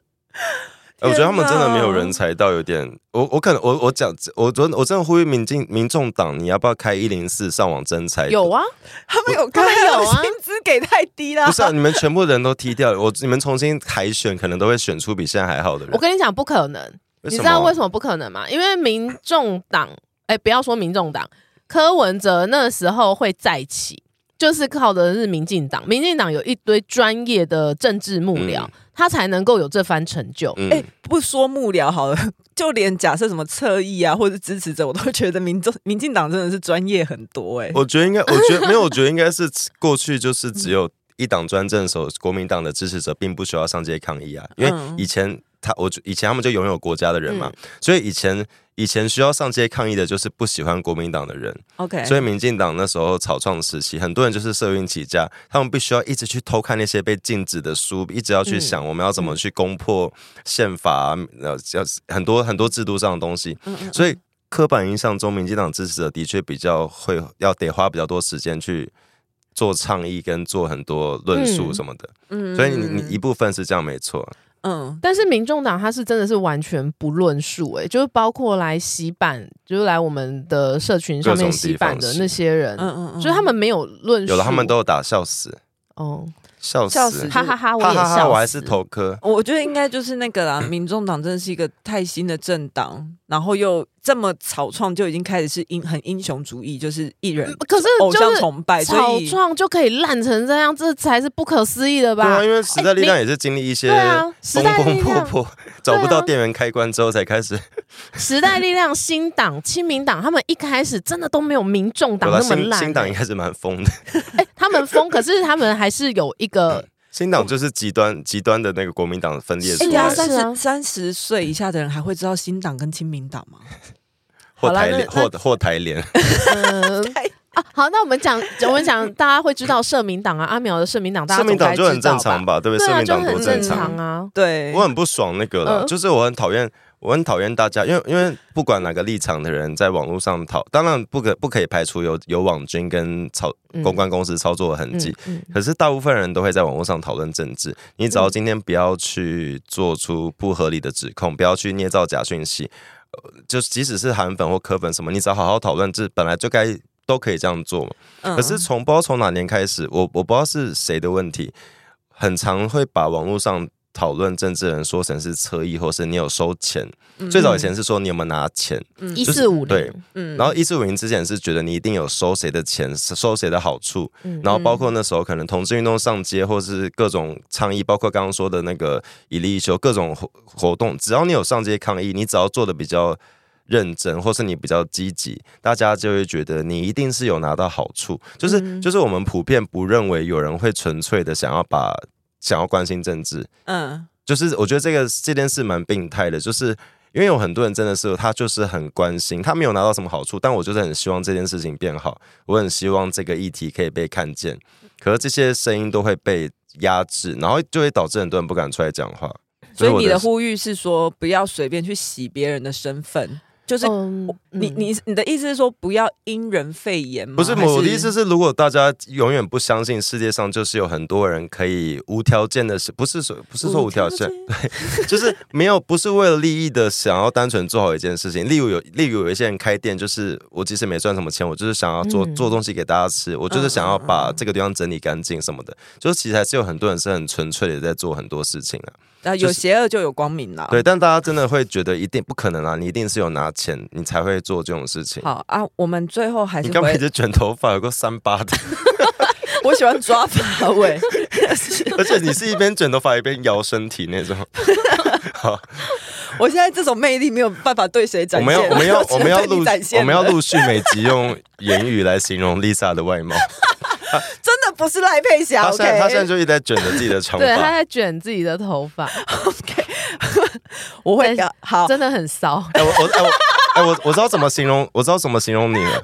B: 哎我觉得他们真的没有
A: 天哪
B: 人才到，有点我我可能我我讲我昨我真的呼吁民进民众党，你要不要开一零四上网征才？
C: 有啊，
A: 他们有
C: 他
A: 看
C: 们有啊
A: 薪资给太低啦
B: 不，是啊？你们全部人都踢掉，我你们重新海选，可能都会选出比现在还好的
C: 我
B: 人。
C: 跟你讲不可能，
B: 你
C: 你知道为
B: 什啊
C: 什么不可能吗？因为民众党，哎、不要说民众党，柯文哲那时候会再起，就是靠的是民进党。民进党有一堆专业的政治幕僚，
B: 嗯
C: 他才能够有这番成就。
B: 么？嗯
A: 哎、不说幕僚好了， [laughs] 就连假设什么侧翼啊，或者是支持者，我都觉得民众民进党真的是专业很多哎、
B: 我觉得应该，我觉得没有，我觉得应该是过去就是只有一党专政的时候，国民党的支持者并不需要上街抗议啊，因为
A: 嗯
B: 以前他，我以前他们就拥有国家的人嘛，所以以前以前需要上街抗议的就是不喜欢国民党的人，
A: OK，
B: 所以民进党那时候草创时期，很多人就是社运起家，他们必须要一直去偷看那些被禁止的书，一直要
A: 嗯
B: 去想我们要怎么去攻破宪法啊，呃，要很多很多制度上的东西。
A: 嗯嗯
B: 所以刻板印象中，民进党支持者的确比较会要得花比较多时间去做倡议跟做很多论述什么的。
A: 嗯
B: 所以你你一部分是这样没错，
A: 嗯
C: 但是民众党他是真的是完全不论述、哎，就是包括来洗版，就是来我们的社群上面
B: 各种地
C: 洗版
B: 方
C: 的
B: 洗
C: 那些人，
A: 嗯嗯嗯，
C: 就是他们没有论述，
B: 有了他们都有打笑死，
C: 哦，
B: 笑死，
A: 笑死
C: 哈哈哈，我
B: 哈
C: 也
B: 哈哈，
C: 笑
B: 我还是
C: 死
B: 头科。
A: 我我觉得应该就是那个 [coughs] 啦，民众党真的是一个太新的政党，然后又这么草创，就已经开始是英很英雄主义，就是艺人
C: 可是
A: 偶
C: 就
A: 像
C: 是
A: 崇
B: 哎
A: 拜，所
C: 草
A: 以
C: 创就可以烂成这样，这才是不可思议的
B: 对啊，
C: 吧？
B: 因为
A: 哎
B: 时代力量也是经历一些
C: 对啊，时
B: 风
C: 代
B: 风
C: 力
B: 破
C: 量，
B: 破，找不到
C: 对啊
B: 电源开关之后才开始。
C: 时代力量、新党、亲民党，他们一开始真的都没有民众党
B: 有啦
C: 那么
B: 新
C: 烂、欸
B: 新党一开始蛮疯的，
C: 哎、他们疯，可是他们还是有一
B: [laughs]
C: 个，
B: 新党就是极端极端的那个国民党分裂
A: 哎，
B: 出
C: 是
A: 等一下
C: 啊
B: 来，
A: 三
C: 是啊
A: 十三十岁以下的人还会知道新党跟亲民党吗？
B: 或
C: 好啦
B: 台
C: 啊那
B: 联
C: 那
B: 或或台联，
C: 嗯、啊，好，那我们讲，我们讲，大家会知道社民党啊，阿苗的社民党，大家
B: 社民
C: 总
B: 党
C: 该
B: 就很
C: 知道
B: 正常
C: 吧？
B: 吧？对不对？
C: 对
B: 社
C: 啊，
B: 民
C: 就
B: 党多
C: 很
B: 正
C: 正
B: 常
C: 常。啊。
A: 对，
B: 我很不爽那个啦，
C: 嗯
B: 就是我很讨厌，我很讨厌大家，因为因为不管哪个立场的人在网络上讨，当然不可不可以排除有有网军跟操
C: 嗯
B: 公关公司操作的痕迹，
C: 嗯
B: 可是大部分人都会在网络上讨论政治，你只要今天不要去做出不合理的指控，不要去捏造假讯息，呃，就是即使是韩粉或科粉什么，你只要好好讨论，这本来就该都可以这样做嘛。
A: 嗯
B: 可是从不知道从哪年开始，我我不知道是谁的问题，很常会把网络上讨论政治人说成是侧翼，或是你有收钱。最早以前是说你有没有拿钱，
A: 嗯
C: 一
B: 就是
C: 四五
B: 对
C: 零，
A: 嗯
B: 然后一四五零之前是觉得你一定有收谁的钱，收谁的好处，
C: 嗯
B: 然后包括那时候可能同志运动上街，或是各种倡议，包括刚刚说的那个以利修各种活活动，只要你有上街抗议，你只要做的比较认真，或是你比较积极，大家就会觉得你一定是有拿到好处。就是、就是我们普遍不认为有人会纯粹的想要把想要关心政治，
A: 嗯
B: 就是我觉得这个这件事蛮病态的，就是。因为有很多人真的是他就是很关心，他没有拿到什么好处，但我就是很希望这件事情变好，我很希望这个议题可以被看见。可是这些声音都会被压制，然后就会导致很多人不敢出来讲话。
A: 所以
B: 我
A: 你的呼吁是说不要随便去洗别人的身份，就是
C: 嗯
A: 你
C: 嗯
A: 你你的意思是说不要因人肺炎吗？
B: 不是
A: 还
B: 我的意思是，如果大家永远不相信世界上就是有很多人可以无条件的，不是说不是说无条件， [laughs] 就是没有不是为了利益的想要单纯做好一件事情。例如有例如有一些人开店，就是我即使没赚什么钱，我就是想要做、
C: 嗯
B: 做东西给大家吃，我就是想要
A: 嗯嗯嗯
B: 把这个地方整理干净什么的。就是其实还是有很多人是很纯粹的在做很多事情啊。
A: 啊，
B: 就
A: 有
B: 是
A: 邪恶就有光明啦。
B: 对，但大家真的会觉得一定不可能啊！你一定是有拿钱，你才会做这种事情。
A: 好啊，我们最后还
B: 你
A: 是
B: 干嘛一
A: 回，
B: 直卷头发？有个三八的，
A: 我喜欢抓发尾。 [laughs]
B: 而且你是一边卷头发一边摇身体那种。好，
A: 我现在这种魅力没有办法对谁
B: 我
A: 展
B: 们
A: 现，
B: 要我们
A: [laughs]
B: 要
A: 只
B: 我
A: 能
B: 们要
A: 对你
B: 录
A: 展现
B: 我们要
A: 了，
B: 陆续每集用言语来形容 Lisa
A: [laughs]
B: 的外貌。
A: 真的不是赖佩霞
B: 她
A: ，OK？
B: 现在她现在就一直在卷着自己的长
C: 对，他
B: 发。
C: 在卷自己的头发，
B: [laughs]
A: 我会
C: 在
B: 啊
A: 好，
C: 真的很骚。
B: 哎我我哎我哎我我知道怎么形容，我知道怎么形容你了。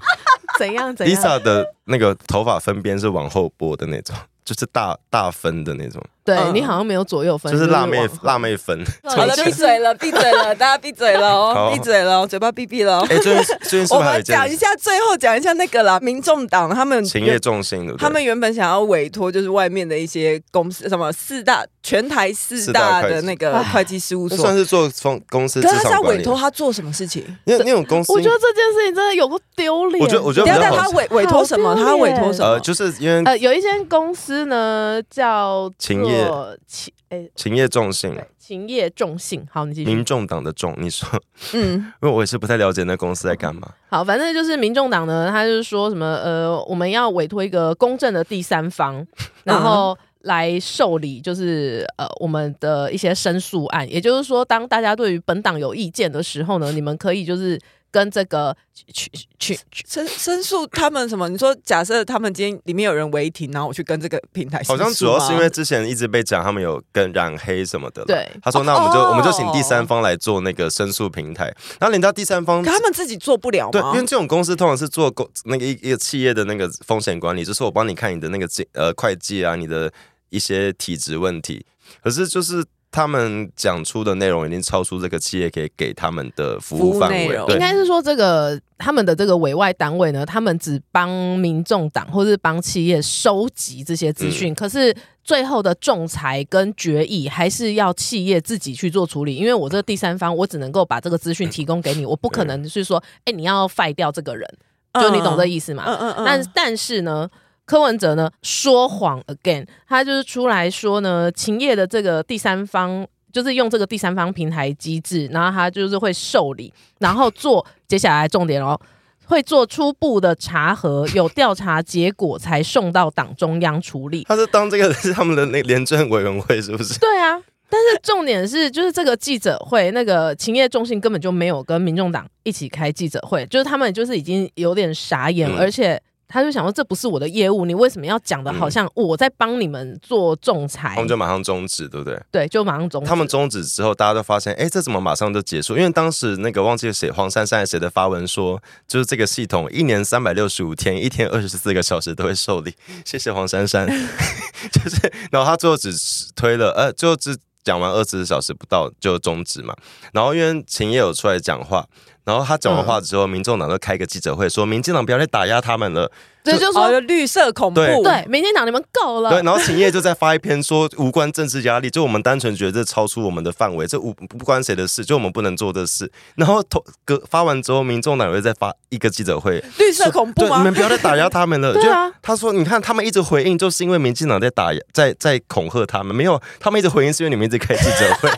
C: 怎样怎样？
B: Lisa 的那个头发分边是往后拨的那种， [laughs] 就是大大分的那种，
C: 对、
A: 嗯
C: 你好像没有左右分，
B: 就是辣妹
C: 往后
B: 辣妹分。
A: 好了，闭嘴了，闭嘴
B: [laughs]
A: 了，大家闭嘴了哦
B: 好，
A: 闭嘴了哦，嘴巴闭闭了哦。
B: 哎，最近最近是不
A: [laughs] 我
B: 是还有
A: 们
B: 一件
A: 讲一下，最后讲一下那个啦，民众党他们
B: 情业重心，对不对？
A: 他们原本想要委托就是外面的一些公司，什么四大全台四
B: 四
A: 大
B: 大会计
A: 的那个会计事务
B: 那
A: 所，
B: 算是做公公司职
A: 可是他是
B: 场
A: 要
B: 管
A: 委
B: 理，
A: 托他做什么事情？
B: 因为那种公司
C: 我，觉得这件事情真的有个丢脸。
B: 我觉得我觉
A: 等
B: 得
A: 一
B: 比
A: 下，但
B: 较
A: 他
B: 好。呃
A: 委委托什么？
C: 好丢脸
A: 他要委托什么？
B: 呃，就是因为
C: 呃，有一间公司呢叫做
B: 情业业
C: 做企哎
B: 勤业重信，
C: 对勤业重信。好，你继续
B: 民。众党的重，你说，
A: 嗯，
B: 因为我也是不太了解那公司在干嘛。
C: 好，反正就是民众党呢，他就是说什么呃，我们要委托一个公正的第三方，然后来受理就是呃我们的一些申诉案。也就是说，当大家对于本党有意见的时候呢，你们可以就是跟这个去去去
A: 申申诉他们什么？你说假设他们今天里面有人违停，然后我去跟这个平台申诉
B: 好
A: 吗，
B: 像主要是因为之前一直被讲他们有跟染黑什么的啦。
C: 对
B: 他说那我们就、
A: 哦
B: 我们就请第三方来做那个申诉平台，然后人家第三方
A: 可他们自己做不了
B: 对，因
A: 吗
B: 为？这种公司通常是做公那个一一个企业的那个风险管理，就是我帮你看你的那个经呃会计啊，你的一些体质问题。可是就是他们讲出的内容已经超出这个企业可以给他们的服
A: 服
B: 务
A: 务
B: 范
A: 内
B: 围，
A: 容
B: 对
C: 应，该是说这个他们的这个委外单位呢，他们只帮民众党或是帮企业收集这些资讯，可是最后的仲裁跟决议还是要企业自己去做处理。因为我这个第三方，我只能够把这个资讯提供给你，我不可能是说，哎、你要废掉这个人，就你懂这意思吗？
A: 嗯嗯嗯
C: 但但是呢，柯文哲呢说谎 again，他就是出来说呢，勤业的这个第三方。就是用这个第三方平台机制，然后他就是会受理，然后做接下来重点哦，会做初步的查核，有调查结果才送到党中央处理。
B: 他是当这个 [laughs] 是他们的那廉政委员会是不是？
C: 对啊，但是重点是，就是这个记者会，那个勤业中心根本就没有跟民众党一起开记者会，就是他们就是已经有点傻眼，
B: 嗯
C: 而且他就想说这不是我的业务，你为什么要讲的好像我在帮你们做仲裁
B: 他？们就马上终止，对不对？
C: 对，就马上总
B: 他们终止之后，大家都发现，哎，这怎么马上就结束？因为当时那个忘记谁黄珊珊还是谁的发文说，就是这个系统一年三百六十五天，一天二十四个小时都会受理。谢谢黄珊 [laughs] 珊，就是，然后他最后只推了，呃，最后只讲完二十小时不到就终止嘛。然后因为秦也有出来讲话。然后他讲完话之后，民众党就开个记者会，说民进党不要再打压他们了。
C: 对，就是
A: 哦，
C: 说
A: 就绿色恐怖，
B: 对
C: 对，民进党你们够了
B: 对，，然后秦业就在发一篇说无关政治压力，就我们单纯觉得这超出我们的范围，这无不关谁的事，就我们不能做的事。然后投隔发完之后，民众党又再发一个记者会，
A: 绿色恐怖
B: 对，你
A: 吗
B: 们？不要再打压他们了。
C: 对啊
B: 就他说，你看他们一直回应，就是因为民进党在打压，在在恐吓他们，没有，他们一直回应是因为你们一直开记者会，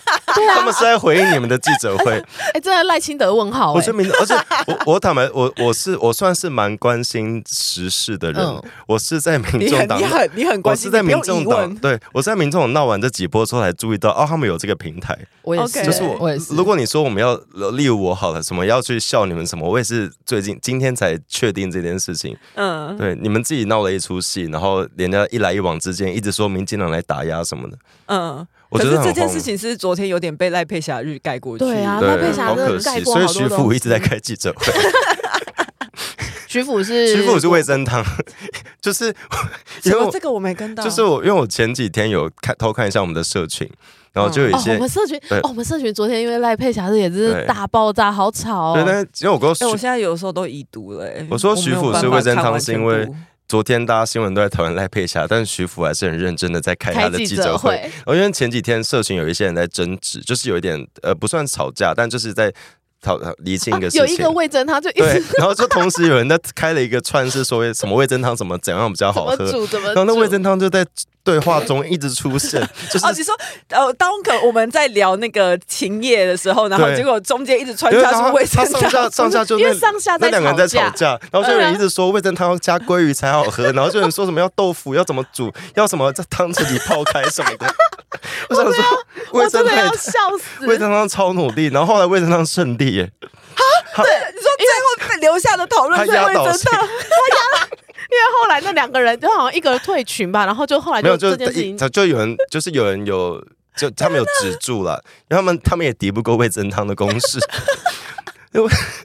B: 他们是在回应你们的记者会。
C: 哎，真的赖清德问号
B: 我
C: 哎、
B: 是民，而且我我坦白，我我是我算是蛮关心时事的人，
C: 嗯
B: 我是在民
A: 你
B: 众
A: 很
B: 党
A: 你很你很
B: 我
A: 关
B: 哦是
A: 心，
B: 在
A: 你不
B: 民
A: 用
B: 众
A: 疑
B: 党，
A: 问。
B: 对我是在民众党闹完这几波之后才注意到，哦，他们有这个平台。
C: 我也是，
A: OK
B: 就是
C: 我
B: 我
C: 也是，，
B: 如果你说我们要，例如我好了，什么要去笑你们什么，我也是最近今天才确定这件事情。
A: 嗯，
B: 对，你们自己闹了一出戏，然后人家一来一往之间一直说民进党来打压什么的，
A: 嗯，
B: 我
A: 可
B: 觉
A: 是
B: 得很
A: 这件
B: 荒
A: 事情是昨天有点被赖佩霞日盖过去。
C: 对啊
B: 谬
C: 赖佩
B: 对，
C: 霞
B: 好
C: 真的
B: 可
C: 盖
B: 惜。
C: 过
B: 所以
C: 好多
B: 徐
C: 东
B: 福一
C: 西
B: 直在开记者
C: [laughs]
B: 会，
C: 徐府是
B: 徐福是味噌汤，就是
A: 什
B: 因为
A: 么
B: 我
A: 这个我没跟到，
B: 就是我，因为我前几天有看偷看一下我们的社群，然后就有一
C: 哦，我
B: 些。
C: 们社群
B: 对
C: 哦，我们社群昨天因为赖佩霞这也真是
B: 对
C: 大爆炸，好吵、
B: 对，但
C: 哦。
B: 是因为我跟徐
A: 哎、我现在有时候都已读了、哎
B: 我说徐
A: 没有
B: 府
A: 办
B: 是
A: 法
B: 味噌
A: 看
B: 汤
A: 完
B: 是
A: 全
B: 因为
A: 部
B: 昨天大家新闻都在讨论赖佩霞，但徐福还是很认真的在开他
C: 开
B: 的
C: 记
B: 记
C: 者
B: 者会。
C: 会，
B: 哦，因为前几天社群有一些人在争执，就是有一点呃不算吵架，但就是在讨厘清一个
C: 啊
B: 事情。
C: 有一个味噌汤就一
B: 对
C: 直，
B: 然后就同时有人在开了一个串，是说什么味噌汤怎么怎样比较
C: 怎
B: 好
C: 么
B: 喝，
C: 煮怎么
B: 然后那味
C: 煮
B: 噌汤就在对话中一直出
C: [laughs]
B: 现，就是
A: 哦，你说呃，当可我们在聊那个秦业的时候，然后
B: 对
A: 结果中间一直穿
B: 因为
A: 插
B: 他
A: 出卫
B: 他
A: 生
B: 上下
A: 纸，
B: 上下就
C: 因为
B: 那
C: 上下在
B: 那两个人在
C: 吵架嗯啊
B: 吵架，然后就有人一直说味噌汤要加鲑鱼才好喝，然后就有人说什么要豆腐要怎么煮，要什么在汤匙里泡开什么的。我想说，味
C: 我
B: 噌
C: 真的
B: 汤
C: 要
B: 也
C: 笑死。
B: 味噌汤超努力，然后后来味噌汤胜利耶，
A: 你说最
B: [laughs]
A: 后被留下的讨论
B: 他
A: 是
B: 压
A: 卫
B: 倒
A: 生
B: 性，
A: 汤，
C: 因为后来那两个人就好像一个人退群吧，然后就后来
B: 没有
C: 就
B: 就
C: 这件事情，
B: 就就有人就是有人有就他们有止住了，因为他们他们也敌不过味噌汤的攻势。
C: [laughs]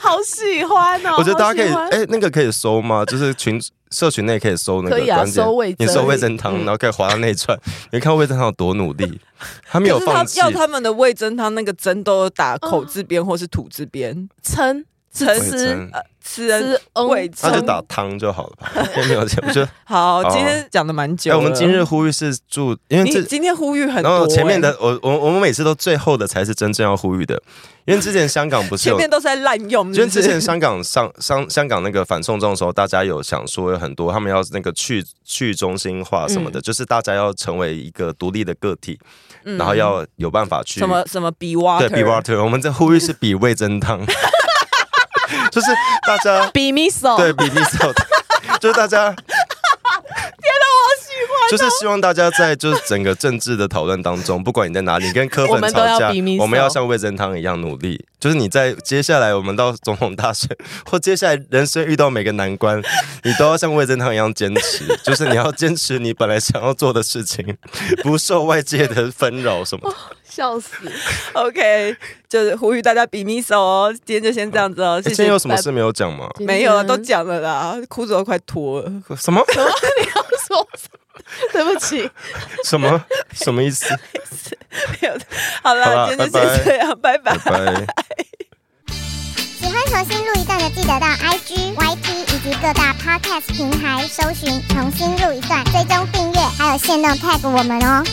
C: 好喜欢哦。
B: 我觉得大家可以
C: 好喜欢
B: 哎，那个可以搜吗？就是群社群内可以搜那个
C: 可以啊
B: 关键，
C: 搜味噌
B: 你搜味噌
A: 嗯
B: 汤，然后可以滑到内串，你看味噌汤有多努力， [laughs] 他没有
A: 可是
B: 放
A: 他
B: 弃。
A: 要他们的味噌汤那个针都有打口字边或是土字边，
C: 撑
A: 撑
B: 味
C: 吃
B: 噌
A: 呃，吃恩。
C: 吃嗯
A: 味
B: 哎他
A: 噌
B: 就打汤就好了吧，也没有钱。我觉得，
A: 好
B: 哦，
A: 今天讲的蛮 [laughs] 久
B: 哎，
A: 了。
B: 我们今日呼吁是祝，因为
A: 你
B: 这
A: 今天呼吁很
B: 然
A: 多，
B: 后前面
A: 哎
B: 的我我我们每次都最后的才是真正要呼吁的，因因为之前香港不是
A: 前
B: 有
A: 面都是在滥用，就
B: 就
A: 是
B: 之前
A: 是
B: 香港上 [laughs] 上香港那个反送中的时候，大家有想说有很多他们要那个去去中心化什
A: 嗯
B: 么的，就是大家要成为一个独立的个体，然后要有办法去
A: 什么什么 be water，
B: 对 be water，我们在呼吁是比味增汤， [laughs] 就是大家
C: 比米手
B: 对比 miss out，就是大
C: [laughs]
B: 家。
C: 哦
B: 就是希望大家在就是整个政治的讨论当中，不管你在哪里，你跟柯
C: 我
B: 粉
C: 们都
B: 吵
C: 要
B: 架
C: 比米，
B: 我们
C: 手
B: 要像味噌汤一样努力。就是你在接下来我们到总统大选或接下来人生遇到每个难关，你都要像味噌汤一样坚持。就是你要坚持你本来想要做的事情，不受外界的纷扰什
C: 哦
B: 么的。
C: 笑死，
A: OK，就是呼吁大家比米手哦。今天就先这样子哦，谢
B: 哎诶今
A: 谢。
B: 天有什么事没有讲吗？
A: 没
C: 啊
A: 有了，啊都讲了啦，裤子都快脱了。
B: 什么
C: 说， [laughs] 对不起，
B: 什么什么意思？
A: [laughs] 没有好
B: 好
A: 啦，
B: 啦
A: 今天就先这样，拜拜。
B: 拜拜。
D: 喜欢重新录一段的，记得到 IG、YT 以及各大 Podcast 平台搜寻“重新录一段”，追踪订阅，还有限定 tag 我们哦。